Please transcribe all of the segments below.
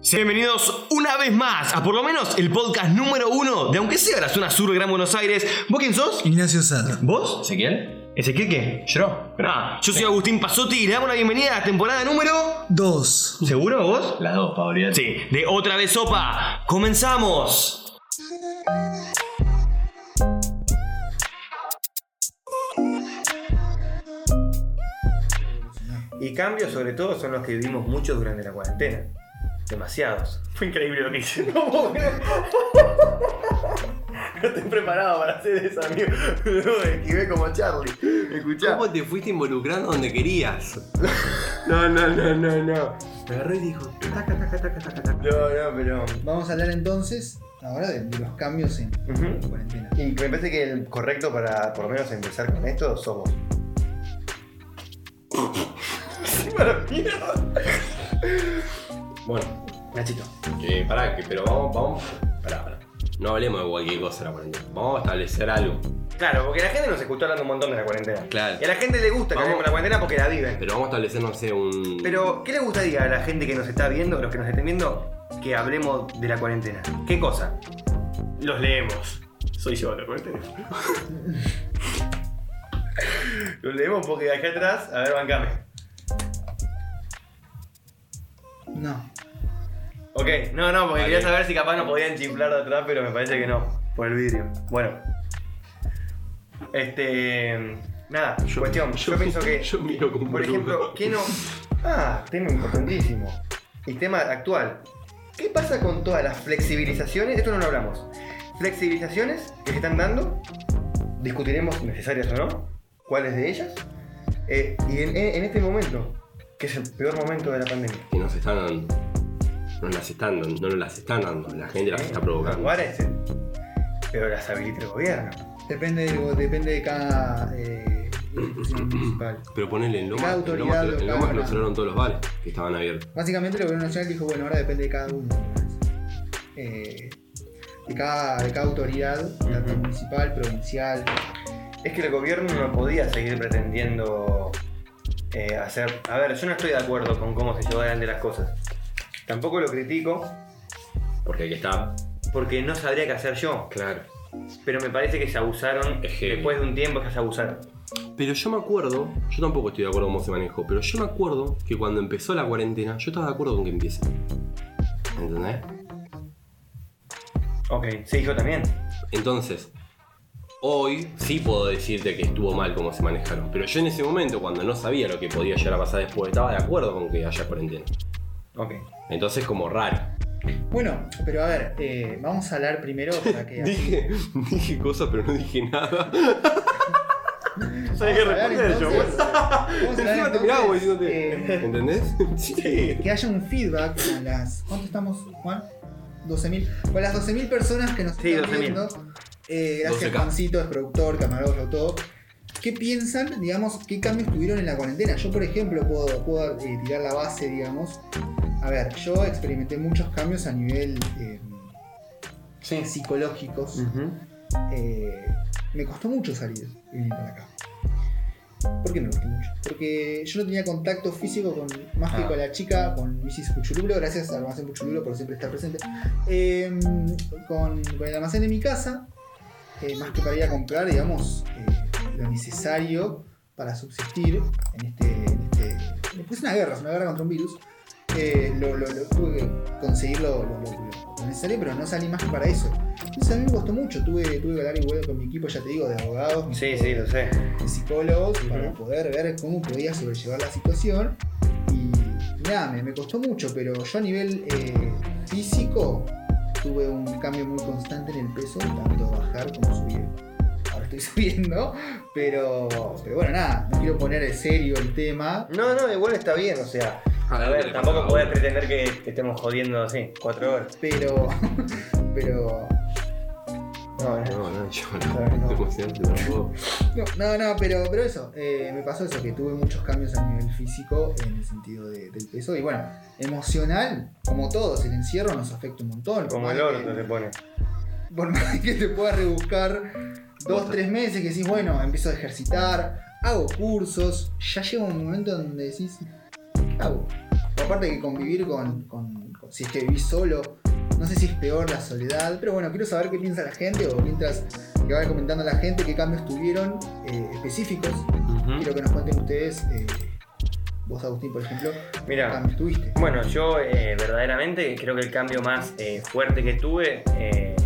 Sean bienvenidos una vez más a por lo menos el podcast número uno de aunque sea la zona sur de Gran Buenos Aires. ¿Vos quién sos? Ignacio Sada. ¿Vos? ¿Ezequiel? ¿Ezequiel qué? ¿Yo? Ah, yo soy Agustín Pasotti y le damos la bienvenida a la temporada número... Dos. ¿Seguro vos? Las dos, Pablo. olvidate. Sí, de otra vez sopa. ¡Comenzamos! Y cambios, sobre todo, son los que vivimos muchos durante la cuarentena. Demasiados. Fue increíble lo que hice. No, estoy preparado para hacer eso, amigo. No, me esquivé como Charlie. ¿Me escuchás? ¿Cómo te fuiste involucrando donde querías? No, no, no, no, no. Me agarró y dijo, taca, taca, taca, taca, taca. No, no, pero. Vamos a hablar entonces ahora de, de los cambios en Ujú. cuarentena. Y me parece que el correcto para por lo menos empezar con esto somos. Bueno, Nachito. eh, pará, que, pero vamos, vamos. Pará, pará. No hablemos de cualquier cosa en la cuarentena. Vamos a establecer algo. Claro, porque la gente nos escuchó hablando un montón de la cuarentena. Claro. Y a la gente le gusta que Vamos. hablemos de la cuarentena porque la viven. Pero vamos a establecer, no sé, un. Pero, ¿qué le gustaría a la gente que nos está viendo, los que nos estén viendo, que hablemos de la cuarentena? ¿Qué cosa? Los leemos. Soy yo la cuarentena. Los leemos porque acá atrás, a ver, bancame. No. Ok, no, no, porque Vale. quería saber si capaz no podían chiflar de atrás, pero me parece que no, por el vidrio. Bueno. Este. Nada, cuestión. Yo, pienso que. Yo miro como. Por ejemplo, ¿qué no? Ah, tema importantísimo. Y tema actual. ¿Qué pasa con todas las flexibilizaciones? Esto no lo hablamos. Flexibilizaciones que se están dando. Discutiremos necesarias o no. ¿Cuáles de ellas? Eh, y en, en este momento, que es el peor momento de la pandemia. Que nos están dando. No las están dando, no nos las están dando. La gente las está Me provocando. Parece. Pero las habilita el gobierno. Depende de, depende de cada eh, institución municipal. Pero ponele en Lomas. La En autoridad Lomas, local, en Lomas ¿no? clausuraron todos los bares que estaban abiertos. Básicamente el gobierno nacional dijo, bueno, ahora depende de cada uno. Eh, de, cada, de cada autoridad, tanto Ujú. municipal, provincial. Es que el gobierno no podía seguir pretendiendo eh, hacer. A ver, yo no estoy de acuerdo con cómo se llevaron de las cosas. Tampoco lo critico Porque el que está. porque no sabría qué hacer yo. Claro. Pero me parece que se abusaron. Es heavy. Después de un tiempo que se abusaron. Pero yo me acuerdo, yo tampoco estoy de acuerdo cómo se manejó, pero yo me acuerdo que cuando empezó la cuarentena, yo estaba de acuerdo con que empiece. ¿Entendés? Ok, sí, yo también. Entonces, hoy sí puedo decirte que estuvo mal cómo se manejaron, pero yo en ese momento, cuando no sabía lo que podía llegar a pasar después, estaba de acuerdo con que haya cuarentena. Ok. Entonces, como raro. Bueno, pero a ver, eh, vamos a hablar primero para que... Dije, dije cosas, pero no dije nada. Vamos a hablar entonces- vamos a hablar Encima te entonces, miraba como diciéndote, eh, ¿Entendés? Sí. que haya un feedback con las. ¿Cuánto estamos, Juan? 12.000. Con las 12.000 personas que nos Sí, están 12.000. viendo. Eh, gracias, 12K. Juancito, es productor, camarógrafo, todo. ¿Qué piensan, digamos, qué cambios tuvieron en la cuarentena? Yo, por ejemplo, puedo, puedo, eh, tirar la base, digamos. A ver, yo experimenté muchos cambios a nivel eh, psicológicos. Eh, me costó mucho salir y venir para acá. ¿Por qué me costó mucho? Porque yo no tenía contacto físico con, más que Ah. con la chica, con Mrs. Puchululo, gracias al almacén Puchululo por siempre estar presente, eh, con, con el almacén de mi casa, eh, más que para ir a comprar, digamos, eh, lo necesario para subsistir en este... En este después una guerra, es una guerra contra un virus. Eh, lo, lo- lo- tuve que conseguir lo, lo- lo- lo necesario, pero no salí más que para eso. Entonces a mí me costó mucho, tuve, tuve que hablar y vuelo con mi equipo, ya te digo, de abogados, mi Sí, equipo sí, de- lo sé. de psicólogos para Ujú. poder ver cómo podía sobrellevar la situación. Y nada, me, me costó mucho, pero yo a nivel eh, físico tuve un cambio muy constante en el peso, tanto bajar como subir. Ahora estoy subiendo, pero, pero bueno, nada, no quiero poner en serio el tema. No, no, igual está bien, o sea. A ver, tampoco podés pretender que te estemos jodiendo así, cuatro horas. Pero, pero, No, no. No, no, yo Ay, no. no. Te emocionaste, pero no. no, no, no, pero, pero eso, eh, me pasó eso, que tuve muchos cambios a nivel físico en el sentido de- del peso. Y bueno, emocional, como todos, el encierro nos afecta un montón. Como Más el que- orto se pone. por más que te puedas rebuscar dos, tres meses, que decís, bueno, empiezo a ejercitar, hago cursos, ya llega un momento donde decís, ¿qué hago? Aparte que convivir con, con- con si es que vivís solo. No sé si es peor la soledad, pero bueno, quiero saber qué piensa la gente o mientras que vaya comentando la gente qué cambios tuvieron eh, específicos. Quiero que nos cuenten ustedes, eh, vos Agustín, por ejemplo, qué Mira, cambios tuviste. Bueno, yo eh, verdaderamente creo que el cambio más eh, fuerte que tuve, eh,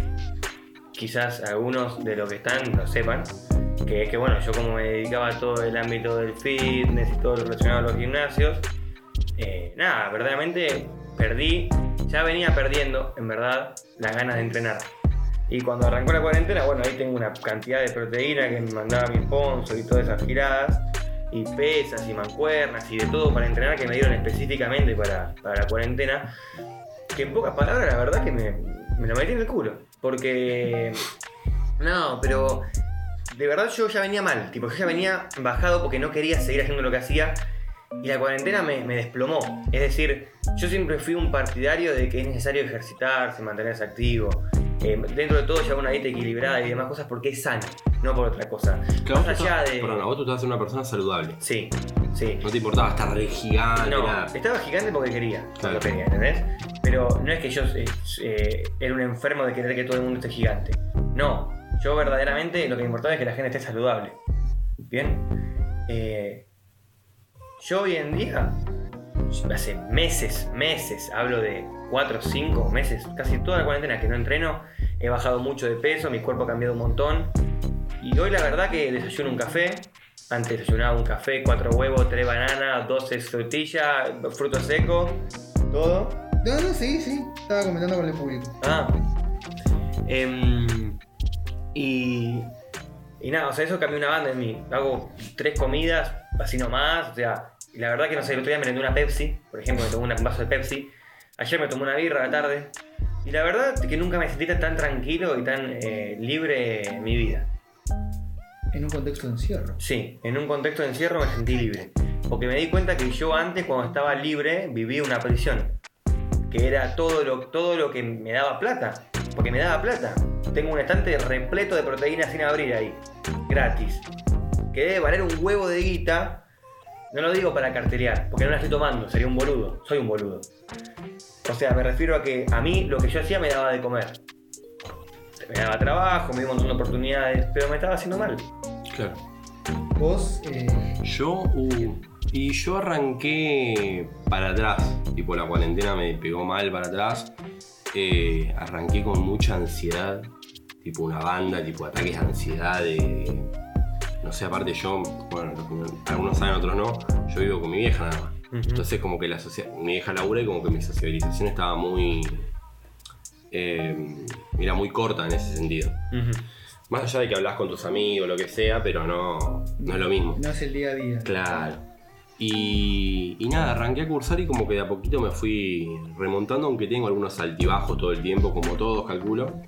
quizás algunos de los que están lo sepan, que es que bueno, yo como me dedicaba a todo el ámbito del fitness y todo lo relacionado a los gimnasios, eh, nada, verdaderamente perdí, ya venía perdiendo, en verdad, las ganas de entrenar. Y cuando arrancó la cuarentena, bueno, ahí tengo una cantidad de proteína que me mandaba mi sponsor y todas esas giradas y pesas y mancuernas y de todo para entrenar que me dieron específicamente para, para la cuarentena. Que en pocas palabras, la verdad que me, me lo metí en el culo. Porque. No, pero. De verdad yo ya venía mal. Tipo, yo ya venía bajado porque no quería seguir haciendo lo que hacía. Y la cuarentena me, me desplomó. Es decir, yo siempre fui un partidario de que es necesario ejercitarse, mantenerse activo. Eh, dentro de todo llevar una dieta equilibrada y demás cosas porque es sano, no por otra cosa. Claro, Más vos allá estás- de- Perdón, a vos tú estás una persona saludable. Sí, sí. No te importaba estar re gigante, No, nada. estaba gigante porque quería. Claro. Lo quería, ¿entendés? Pero no es que yo eh, eh, era un enfermo de querer que todo el mundo esté gigante. No, yo verdaderamente lo que me importaba es que la gente esté saludable. ¿Bien? Eh, yo hoy en día, hace meses, meses, hablo de 4 o 5 meses, casi toda la cuarentena que no entreno, he bajado mucho de peso, mi cuerpo ha cambiado un montón. Y hoy la verdad que desayuno un café. Antes desayunaba un café, cuatro huevos, tres bananas, 12 frutillas, fruto seco, todo. No, no, sí, sí, estaba comentando con el público. Ah. Em, y. Y nada, o sea, eso cambió una banda en mí. Hago tres comidas, así nomás. O sea, y la verdad que no sé, el otro día me rendí una Pepsi, por ejemplo, me tomé un vaso de Pepsi. Ayer me tomé una birra a la tarde. Y la verdad que nunca me sentí tan tranquilo y tan eh, libre en mi vida. En un contexto de encierro. Sí, en un contexto de encierro me sentí libre. Porque me di cuenta que yo antes, cuando estaba libre, vivía una prisión. Que era todo lo, todo lo que me daba plata. Porque me daba plata. Tengo un estante repleto de proteínas sin abrir ahí. Gratis. Que debe valer un huevo de guita. No lo digo para carterear, porque no la estoy tomando. Sería un boludo. Soy un boludo. O sea, me refiero a que a mí lo que yo hacía me daba de comer. Me daba trabajo, me dio un montón de oportunidades, pero me estaba haciendo mal. Claro. Vos, eh, Yo, uh, y yo arranqué para atrás, tipo la cuarentena me pegó mal para atrás. Eh, arranqué con mucha ansiedad, tipo una banda, tipo ataques de ansiedad. de- no sé, aparte yo, bueno, los que no- algunos saben, otros no, yo vivo con mi vieja nada más. Entonces, como que la socia- mi vieja labura y como que mi sociabilización estaba muy. eh, era muy corta en ese sentido. Más allá de que hablas con tus amigos, lo que sea, pero no, no es lo mismo. no es el día a día. Claro. Y, y nada, arranqué a cursar y como que de a poquito me fui remontando, aunque tengo algunos altibajos todo el tiempo, como todos calculo.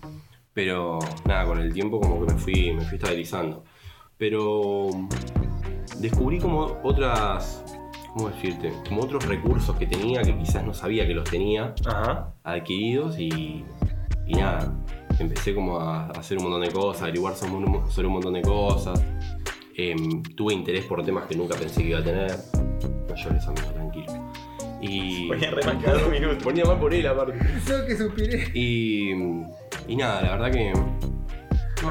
Pero nada, con el tiempo como que me fui, me fui estabilizando. Pero descubrí como otras, ¿cómo decirte? Como otros recursos que tenía que quizás no sabía que los tenía Ajá. adquiridos y, y nada, empecé como a hacer un montón de cosas, a averiguar sobre un, sobre un montón de cosas. Em, tuve interés por temas que nunca pensé que iba a tener. No llores, amigo, tranquilo. Y. Ponía re mal cada dos minutos. Ponía mal por él, aparte. Eso que suspiré. Y. Y nada, la verdad que. No,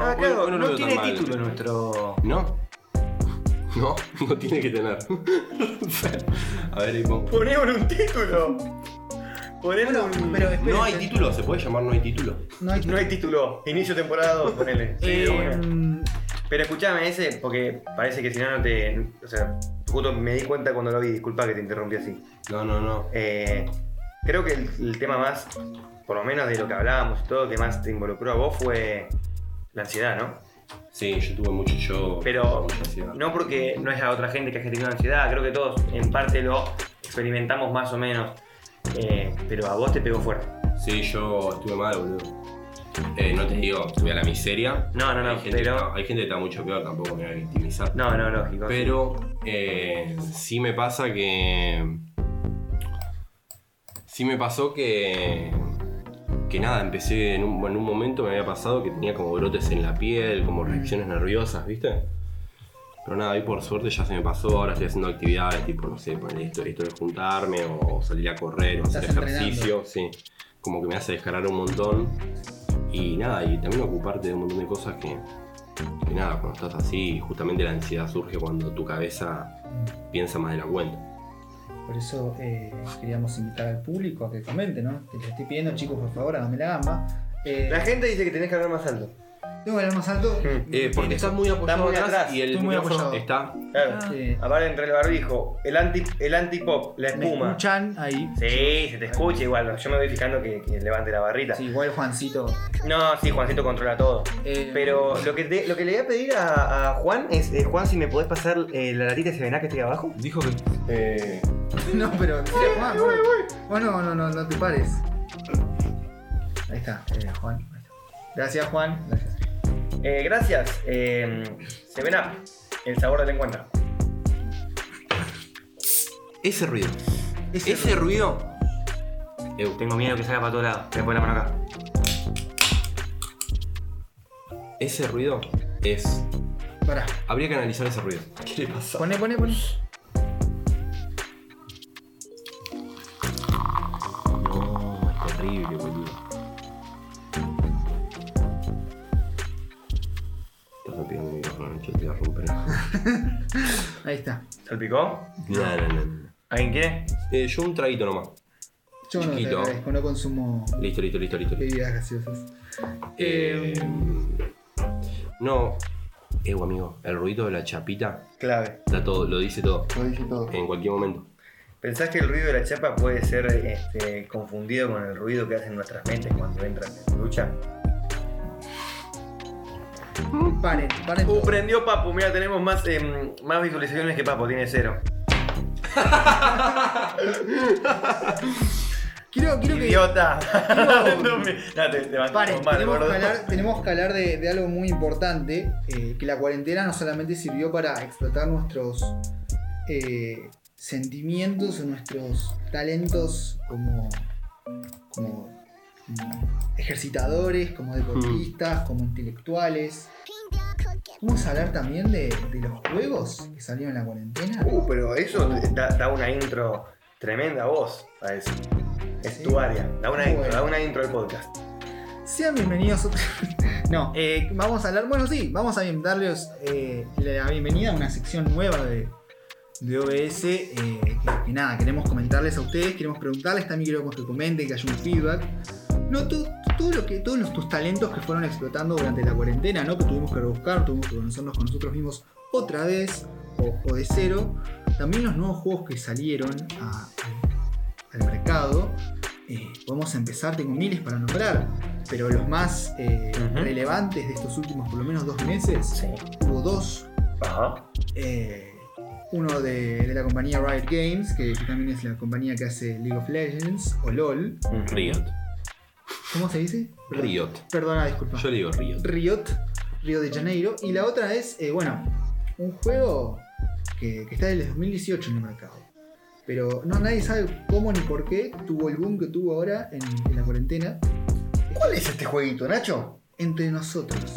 ah, hoy- claro, hoy no, lo veo tan tiene mal. título nuestro. No. No, no tiene que tener. a ver, ahí pongo. Ponémosle un título. Ponémosle Bueno, un. pero esperen. No hay título, se puede llamar no hay título. No hay No hay título. Inicio temporada 2, ponele. Sí, de una. Em, Pero escuchame ese, porque parece que si no, no te. O sea, justo me di cuenta cuando lo vi. Disculpa que te interrumpí así. No, no, no. Eh, creo que el, el tema más, por lo menos de lo que hablábamos y todo, que más te involucró a vos fue la ansiedad, ¿no? Sí, yo tuve mucho yo. Pero mucha ansiedad. no porque no es a otra gente que haya tenido ansiedad, creo que todos en parte lo experimentamos más o menos, eh, pero a vos te pegó fuerte. Sí, yo estuve mal, boludo. Eh, no te digo, estuve a la miseria. No, no, no, hay gente pero- que está- hay gente que está mucho peor, tampoco me voy a victimizar. No, no, lógico. Pero eh, sí me pasa que. Sí me pasó que. Que nada, empecé en un, en un momento me había pasado que tenía como brotes en la piel, como reacciones nerviosas, ¿viste? Pero nada, ahí por suerte ya se me pasó, ahora estoy haciendo actividades tipo, no sé, poner esto, esto de juntarme o salir a correr o hacer Estás ejercicio, sí. Como que me hace descargar un montón. Y nada, y también ocuparte de un montón de cosas que, que nada, cuando estás así, justamente la ansiedad surge cuando tu cabeza piensa más de la cuenta. Por eso eh, queríamos invitar al público a que comente, ¿no? Que les estoy pidiendo, chicos, por favor, háganme la gamba. Eh, La gente dice que tenés que hablar más alto. Tengo que hablar más alto. Mm, Eh, porque Eso. estás muy apoyado muy atrás, atrás, y el estoy muy micrófono apoyado. está. Claro. Sí. Aparte entre el barbijo, el anti, el antipop, la Me espuma. escuchan ahí. Sí, se te escucha igual. Yo me voy fijando que, que levante la barrita. Sí, igual Juancito. No, sí, Juancito controla todo. Eh, Pero lo que, te- lo que le voy a pedir a, a Juan es, eh, Juan, si me podés pasar eh, la latita de Sevená que estoy abajo. Dijo que. Eh, No, pero. Juan, vos- vos no, no, no, no te pares. Ahí está, eh, Juan. Ahí está. Gracias, Juan. Gracias. Eh, gracias. Eh, Seven Up, el sabor del encuentro. ese ruido. Ese ruido. Eu, Tengo miedo que salga para todos lados. Te voy a poner la mano acá. Ese ruido es. Pará. Habría que analizar ese ruido. ¿Qué le pasa? Pone, pone, pone. No, es terrible, boludo. Estás rompiendo el micrófono, Nacho, te voy a romper. Ahí está. ¿Salpicó? No, no, no, no. ¿Alguien quiere? Eh, yo un traguito nomás. Yo no, te Chiquito. agradezco, no consumo Listo, listo, listo, listo. listo. bebidas gaseosas. Eh, no. Ew, amigo, el ruido de la chapita Clave. da todo, lo dice todo. Lo dije todo. En cualquier momento. ¿Pensás que el ruido de la chapa puede ser este, confundido con el ruido que hacen nuestras mentes cuando entran en lucha? Paren, paren. Uh, todo. prendió Papu, mira, tenemos más, em, más visualizaciones que Papu, tiene cero. Quiero, quiero que. ¡Idiota! no, me- no, te, te Paren, bancamos mal, tenemos, gordo. que hablar, tenemos que hablar de, de algo muy importante, eh, que la cuarentena no solamente sirvió para explotar nuestros eh, sentimientos o nuestros talentos como, como, mm, ejercitadores, como Hmm. deportistas, como intelectuales. Vamos a hablar también de, de los juegos que salieron en la cuarentena. Uh, pero eso da, da una intro tremenda voz a eso. Es Sí. tu área. Da una Muy intro, bueno. da una intro al podcast. Sean bienvenidos. otra- no, eh, vamos a hablar. Bueno, sí, vamos a bien- darles eh, la bienvenida a una sección nueva de, de OBS. eh, que, que nada, queremos comentarles a ustedes, queremos preguntarles. También queremos que comenten, que haya un feedback. No, to- todo lo que, todos los- tus talentos que fueron explotando durante la cuarentena, ¿no? Que tuvimos que rebuscar, tuvimos que conocernos con nosotros mismos otra vez o, o de cero. También los nuevos juegos que salieron a- al, al mercado. Eh, podemos empezar, tengo miles para nombrar, pero los más eh, Ujú. relevantes de estos últimos por lo menos dos meses, Sí. hubo dos Ajá. eh, uno de, de la compañía Riot Games, que, que también es la compañía que hace League of Legends o LOL. Riot. ¿Cómo se dice? Perdón. Riot. Perdona, disculpa. Yo le digo Riot. Riot, Río de Janeiro. Y la otra es, eh, bueno, un juego que, que está desde el 2018 en el mercado. Pero no nadie sabe cómo ni por qué tuvo el boom que tuvo ahora en, en la cuarentena ¿Cuál es este jueguito, Nacho? entre nosotros.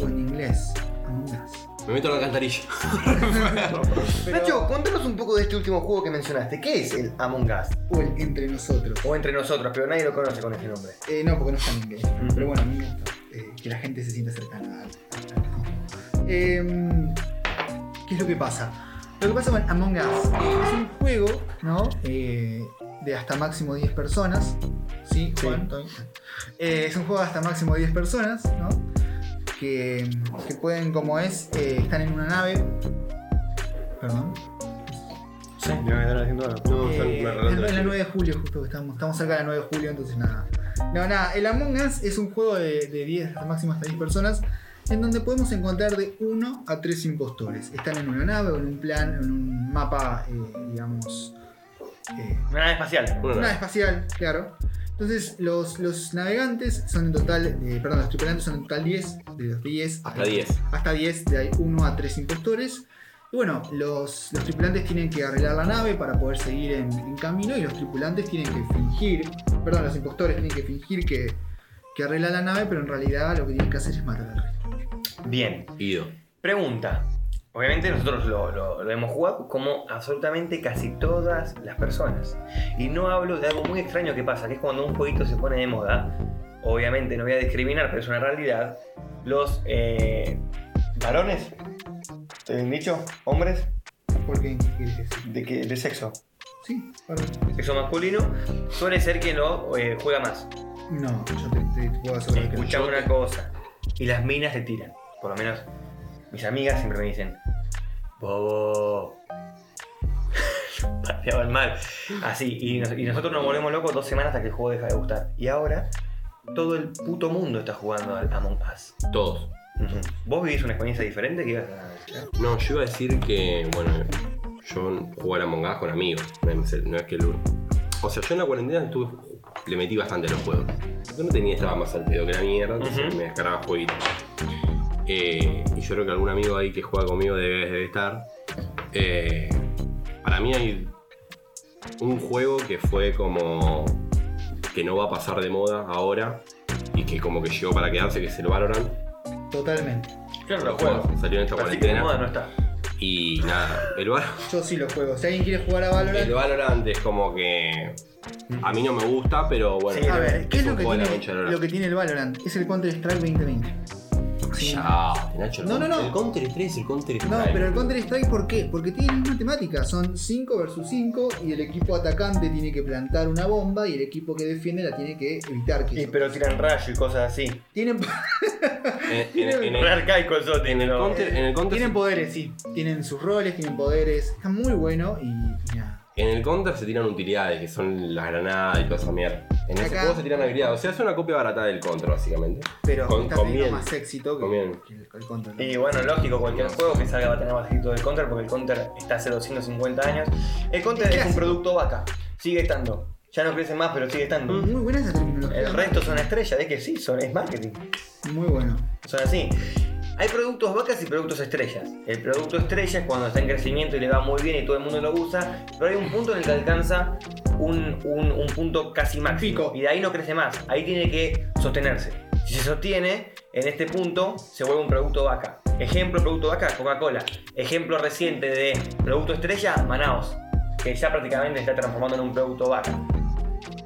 O en inglés, Among Us. Me meto en la alcantarilla. Nacho, contanos un poco de este último juego que mencionaste. ¿Qué es el Among Us? O el entre nosotros. O entre nosotros, pero nadie lo conoce con ese este nombre. Eh, no, porque no está en inglés. Pero bueno, a mí me gusta eh, que la gente se sienta cercana al- al- al- Em, ¿Qué es lo que pasa? Lo que pasa con Among Us eh, es un juego, ¿no? Eh, de hasta máximo 10 personas. ¿Sí, Juan? Estoy- Eh, es un juego de hasta máximo 10 personas, ¿no? Que, que pueden, como es, eh, están en una nave. Perdón. Sí. Yo me están haciendo algo. No, Eh, es la 9 de julio, justo que estamos. Estamos cerca de la 9 de julio, entonces nada. No, nada. El Among Us es un juego de, de 10, hasta máximo hasta 10 personas, en donde podemos encontrar de 1 a 3 impostores. Están en una nave o en un plan, en un mapa, eh, digamos. eh, Una nave espacial. Una una nave nave. espacial, claro. Entonces, los, los navegantes son en total, eh, perdón, los tripulantes son en total 10, de los 10 Hasta hay- 10. hasta 10, de ahí 1 a 3 impostores. Y bueno, los, los tripulantes tienen que arreglar la nave para poder seguir en, en camino y los tripulantes tienen que fingir, perdón, los impostores tienen que fingir que, que arreglan la nave, pero en realidad lo que tienen que hacer es matar al resto. Bien. Ido. Pregunta. Obviamente nosotros lo, lo- lo hemos jugado como absolutamente casi todas las personas. Y no hablo de algo muy extraño que pasa, que es cuando un jueguito se pone de moda. Obviamente no voy a discriminar, pero es una realidad. Los eh, ¿Varones? ¿Te bien dicho? ¿Hombres? ¿Por qué? ¿Qué querés decir? De, que, de sexo. Sí, perdón. sexo masculino suele ser quien lo eh, juega más. No, yo te, te- te puedo asegurar que no. Escuchame una cosa. Y las minas te tiran. Por lo menos mis amigas siempre me dicen, Bobo. Pateaban mal. Así. Y, nos- y nosotros nos volvemos locos dos semanas hasta que el juego deja de gustar. Y ahora todo el puto mundo está jugando al Among Us. Todos. Ujú. ¿Vos vivís una experiencia diferente que ibas a decir? No, yo iba a decir que, bueno, yo jugué a la Among Us con amigos, no es, no es que el O sea, yo en la cuarentena estuve- le metí bastante a los juegos. Yo no tenía, estaba más al pedo que la mierda, entonces Ujú. me descargaba jueguitos. Eh, y yo creo que algún amigo ahí que juega conmigo debe, debe estar. Eh, para mí hay un juego que fue como que no va a pasar de moda ahora y que como que llegó para quedarse, que es el Valorant. Totalmente. Claro, Los juegos salió en esta Así que de cuarentena. moda no está. Y nada, el Valorant. Yo sí lo juego. Si alguien quiere jugar a El Valorant, Valorant es como que. A mí no me gusta, pero bueno. a ver, ¿qué es un lo que, juego de la tiene, concha de la lo que tiene el Valorant? Es el Counter Strike 2020. Sí. Ya, Nacho, el No, no, Counter- no. El Counter 3, el Counter No, Strike. pero el Counter Strike, ¿por qué? Porque tiene la misma temática. Son 5 versus 5 y el equipo atacante tiene que plantar una bomba y el equipo que defiende la tiene que evitar. Que Y pero tiran rayo y cosas así. tienen, En, en- en Re el, arcaico el Soti, en el pero- Counter, en el Counter, tienen poderes, sí. Tienen sus roles, tienen poderes. Está muy bueno y, y nada. en el Counter se tiran utilidades, que son las granadas y toda esa mierda. En ese Acá- juego se tiran habilidades. O sea, es una copia barata del Counter, básicamente. Pero Con- está teniendo conviene. más éxito Conviene. que, que el, el Counter. ¿no? Y bueno, lógico, cualquier juego que salga va a tener más éxito del Counter porque el Counter está hace 250 años. El Counter Es es un clásico. producto vaca, sigue estando. Ya no crece más, pero sigue estando. Muy buena esa terminología. El resto son estrellas, es que sí, son, es marketing. Muy bueno. Son así. Hay productos vacas y productos estrellas. El producto estrella es cuando está en crecimiento y le va muy bien y todo el mundo lo usa, pero hay un punto en el que alcanza un, un- un punto casi máximo. Pico. Y de ahí no crece más. Ahí tiene que sostenerse. Si se sostiene, en este punto se vuelve un producto vaca. Ejemplo producto vaca, Coca-Cola. Ejemplo reciente de producto estrella, Manaos. Que ya prácticamente se está transformando en un producto vaca.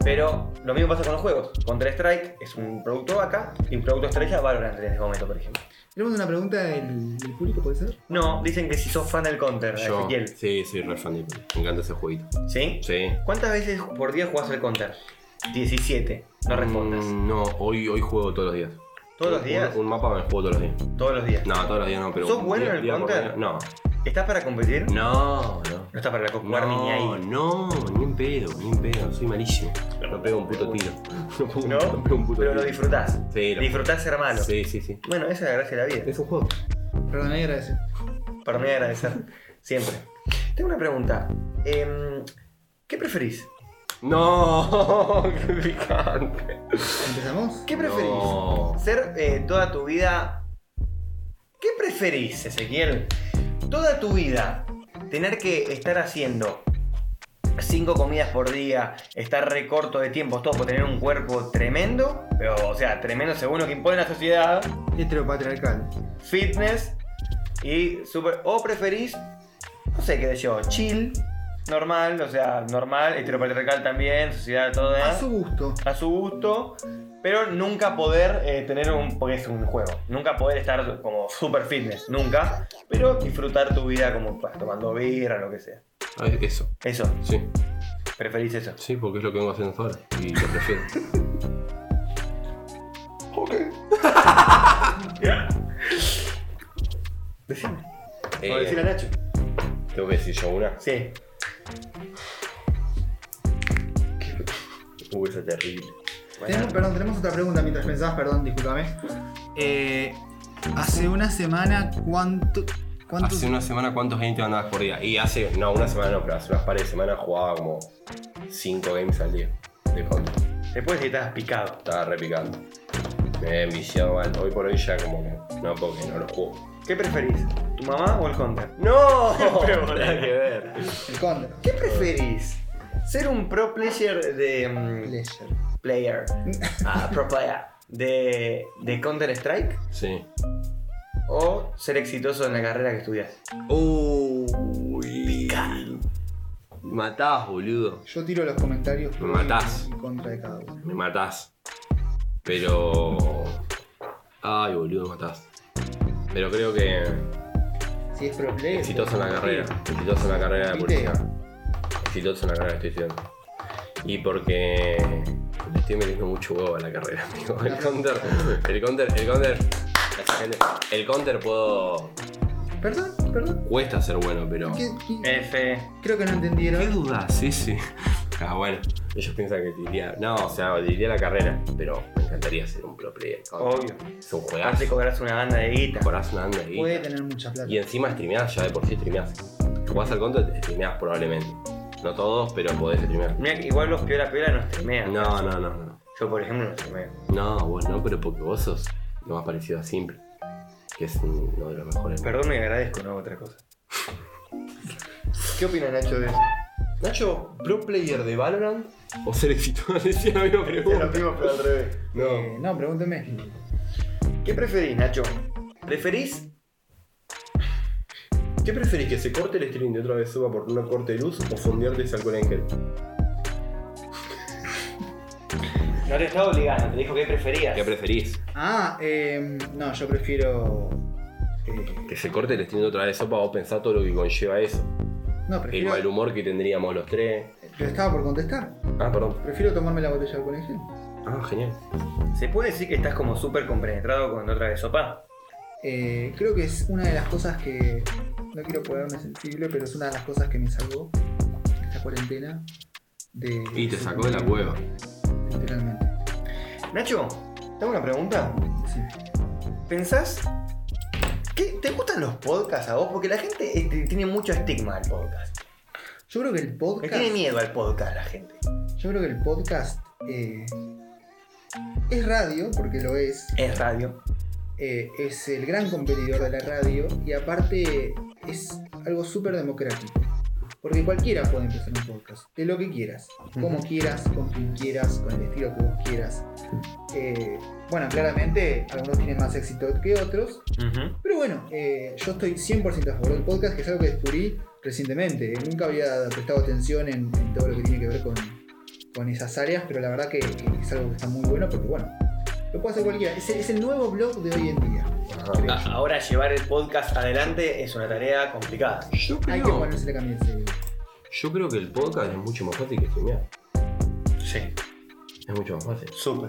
Pero lo mismo pasa con los juegos. Counter-Strike es un producto vaca y un producto estrella Valorant en este momento, por ejemplo. Tenemos una pregunta del, del público, ¿puede ser? No, dicen que si sos fan del Counter, Yo, Ezequiel. sí, soy re fan de Me encanta ese jueguito. ¿Sí? Sí. ¿Cuántas veces por día jugás al Counter? 17. No respondas. Mm, no, hoy, hoy juego todos los días. ¿Todos los Un- días? Un, mapa me juego todos los días. Todos los días. No, todos los días no, pero. ¿Sos un bueno día- en el día por Counter? día- No, ¿Estás para competir? No, no, no. estás para jugar ni No, ahí. no, ni en pedo, ni en pedo, soy malísimo. No pego un puto tiro. No, pego- No, no pego un puto pero lo tiro. disfrutás. Sí, lo- Disfrutás ser malo. Sí, sí, sí. Bueno, esa es la gracia de la vida. Es un juego. Perdón, ahí agradecer. Para mí agradecer. Siempre. Tengo una pregunta. Em, ¿Qué preferís? No, qué picante. ¿Empezamos? ¿Qué preferís? No. Ser eh, toda tu vida. ¿Qué preferís, Ezequiel? Toda tu vida tener que estar haciendo cinco comidas por día, estar recorto de tiempos, todo por tener un cuerpo tremendo, pero, o sea, tremendo según lo que impone la sociedad, Heteropatriarcal. fitness y super. O preferís, no sé qué sé yo, chill, normal, o sea, normal, heteropatriarcal también, sociedad, todo. ¿eh? A su gusto. a su gusto, pero nunca poder eh, tener un. porque es un juego. Nunca poder estar como super fitness, nunca. Pero disfrutar tu vida como pues, tomando birra, lo que sea. Ah, Eso, Eso, sí. preferís eso. Sí, porque es lo que vengo haciendo hasta ahora. Y lo prefiero. Decime. Eh, O decir a Nacho. Tengo que decir yo una. Sí. Uy, eso es terrible. Tenemos, perdón, tenemos otra pregunta mientras pensabas, perdón, discúlpame. Eh, hace una semana, ¿cuánto, ¿cuántos Hace una semana, ¿cuántos games te mandabas por día? Y hace, no, una semana no, pero hace unas pares de semanas jugaba como 5 games al día de Counter. Después que estás picado. Estaba repicando. Me he enviciado mal. Hoy por hoy ya como que no, porque no lo juego. ¿Qué preferís? ¿Tu mamá o el counter? ¡No! Pero Nada que ver. el Counter? ¿Qué preferís? ¿Ser un pro player de. mm, Ledger. player. Ah, pro player. De, de Counter Strike? Sí. o ser exitoso en la carrera que estudias? Uy. Me matás, boludo. Yo tiro los comentarios Me matás. en contra de cada uno. Me matás. Pero. Ay, boludo, me matás. Pero creo que. Si es problema. Exitoso en la carrera. Exitoso en la carrera de publicidad. Exitoso en la carrera que estoy estudiando. Y porque. Le estoy metiendo mucho huevo a la carrera, amigo. El counter. El counter. El counter. Gracias, gente. El counter puedo. Perdón, perdón. Cuesta ser bueno, pero. ¿Qué- qué- F. Creo que no entendieron. dudas? Sí, sí. Ah, bueno. Ellos piensan que te diría. No, o sea, diría la carrera. Pero me encantaría ser un pro player. Oh. Obvio. Es un Aparte juegazo. cobras una banda de guita. Corazón anda ahí. Puede tener mucha plata. Eh, Y encima streameás, ya de por sí streameás. Jugás al contra, streameás probablemente. No todos, pero podés streamear. Mirá que igual los piola piola no streamean. No, no, no, no. Yo, por ejemplo, no streameo. No, vos no, pero porque vos sos lo más parecido a Simple. Que es uno de los mejores. Perdón y agradezco, no otra cosa. ¿Qué opina Nacho de eso? Nacho, ¿pro player de Valorant? ¿O ser exitoso? Decía la misma Es lo pregunta. mismo, pero al revés. Eh, no, pregúnteme. ¿Qué preferís, Nacho? ¿Preferís? ¿Qué preferís? ¿Que se corte el stream de otra vez suba por una corte de luz o fondearte ese alcohol en gel? No te estaba obligando, te dijo que preferías. ¿Qué preferís? Ah, eh, no, yo prefiero. eh, Que se corte el stream de otra vez sopa vos pensá todo lo que conlleva eso. no, El mal prefiero. humor que tendríamos los tres. Yo estaba por contestar. Ah, perdón. Prefiero tomarme la botella de conexión. Ah, genial. ¿Se puede decir que estás como súper compenetrado con otra vez sopa? Eh, creo que es una de las cosas que. No quiero ponerme sensible, pero es una de las cosas que me salvó esta cuarentena. De, Y te sacó de la cueva. Literalmente. Nacho, tengo una pregunta. Sí. ¿Pensás? ¿Qué, ¿Te gustan los podcasts a vos? Porque la gente este, tiene mucho estigma al podcast. Yo creo que el Le podcast. tiene miedo al podcast la gente. Yo creo que el podcast. eh, es radio, porque lo es. Es radio. eh, es el gran competidor de la radio y aparte es algo súper democrático. Porque cualquiera puede empezar un podcast, de lo que quieras, como quieras, con quien quieras, con el estilo que vos quieras. Eh, bueno, claramente algunos tienen más éxito que otros, pero bueno, eh, yo estoy 100% a favor del podcast, que es algo que descubrí recientemente. Eh, Nunca había prestado atención en, en todo lo que tiene que ver con, con esas áreas, pero la verdad que, que es algo que está muy bueno porque, bueno, lo puede hacer cualquiera. Es el, es el nuevo blog de hoy en día. creo yo. Ah, Ahora llevar el podcast adelante es una tarea complicada. Yo Hay que creo, ponerse la camiseta. yo creo que el podcast es mucho más fácil que streamear. Sí. Es mucho más fácil. Súper.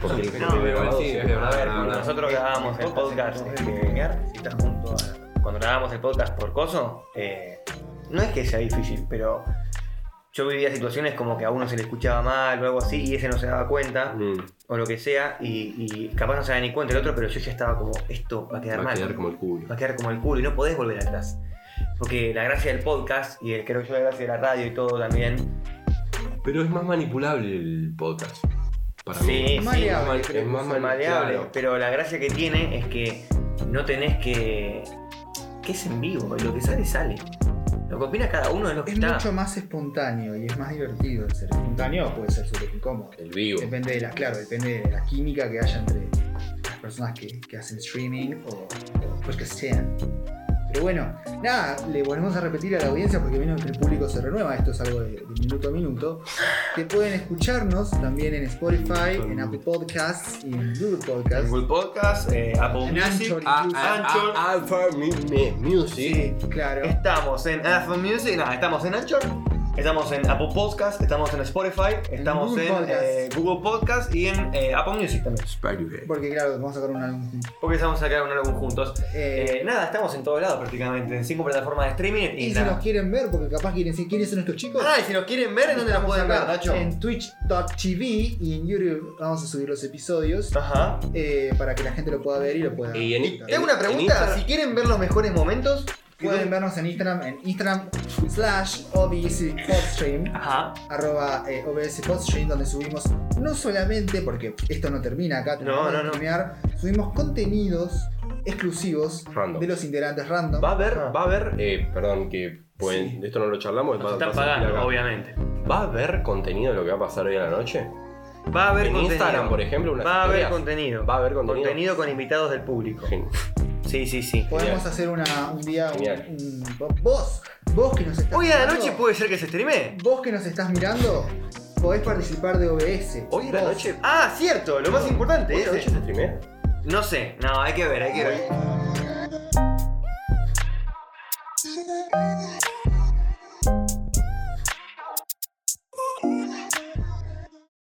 Porque Sí, el- no, pero sí, es verdad, A ver, verdad, verdad. nosotros grabábamos el podcast. eh, si estás junto a- Cuando grabábamos el podcast por coso, eh, no es que sea difícil, pero yo vivía situaciones como que a uno se le escuchaba mal o algo así y ese no se daba cuenta Mm, o lo que sea y, y capaz no se da ni cuenta el otro, pero yo ya estaba como, esto va a quedar va a mal. quedar como el culo. va a quedar como el culo y no podés volver atrás. Porque la gracia del podcast y el, creo yo la gracia de la radio y todo también. Pero es más manipulable el podcast. Para Sí, mí. sí, Maleable, mal- creo que más son maleables. claro. Pero la gracia que tiene es que no tenés que. que es en vivo, lo que sale, sale. Lo que opina cada uno es lo que Es está. mucho más espontáneo y es más divertido el ser espontáneo, puede ser súper incómodo. El vivo. Depende de las, claro, depende de la química que haya entre las personas que, que hacen streaming o, o los que sean. Pero bueno, nada, le volvemos a repetir a la audiencia porque vino que el público se renueva, esto es algo de, de minuto a minuto, que pueden escucharnos también en Spotify, en Apple Podcasts y en Google Podcasts. Google Podcast, eh, Apple En Music. Anchor. Ah, ah, Anchor. ah, Alpha Mi- Mi- Music. Sí, claro. Estamos en Apple Music. No, estamos en Anchor. Estamos en Apple Podcast. Estamos en Spotify. Estamos en, Google Podcast. eh, Google Podcast y en eh, Apple Music también. Spider-Man. Porque claro, vamos a sacar un álbum juntos. Porque estamos a crear un álbum juntos. Eh, Eh, nada, estamos en todos lados prácticamente, en cinco plataformas de streaming y, Y si nada. nos quieren ver, porque capaz quieren decir quiénes son estos chicos. Ah, y si nos quieren ver, ¿en dónde nos pueden ver, Acá, Nacho? En twitch.tv y en YouTube vamos a subir los episodios Ajá. eh, para que la gente lo pueda ver y lo pueda. Y en- disfrutar. Tengo una pregunta, Instagram. si quieren ver los mejores momentos, Pueden pueden ver. vernos en Instagram, en Instagram slash OBS Podstream, Ajá. arroba eh, OBS Podstream, donde subimos no solamente, porque esto no termina acá, No, tenemos que no, no. streamear, subimos contenidos exclusivos Random. de los integrantes random. Va a haber, va a haber, eh, perdón que pueden, esto no lo charlamos, Nos va, están va a salir pagando, acá. obviamente. ¿Va a haber contenido de lo que va a pasar hoy a la noche? Va a haber en contenido. Instagram, por ejemplo, una Va a haber contenido. Va a haber contenido. Contenido con invitados del público. Sí, sí, sí. Podemos Genial. hacer una, un día un- Genial. un- vo- vos, vos que nos estás Hoy a la mirando, noche puede ser que se pues. streame. vos que nos estás mirando, podés participar de OBS. Hoy a la Vos. noche. Ah, cierto, lo más importante. ¿Hoy a la ese. noche se streamea? No sé, no, hay que ver, hay que ver. Thank you.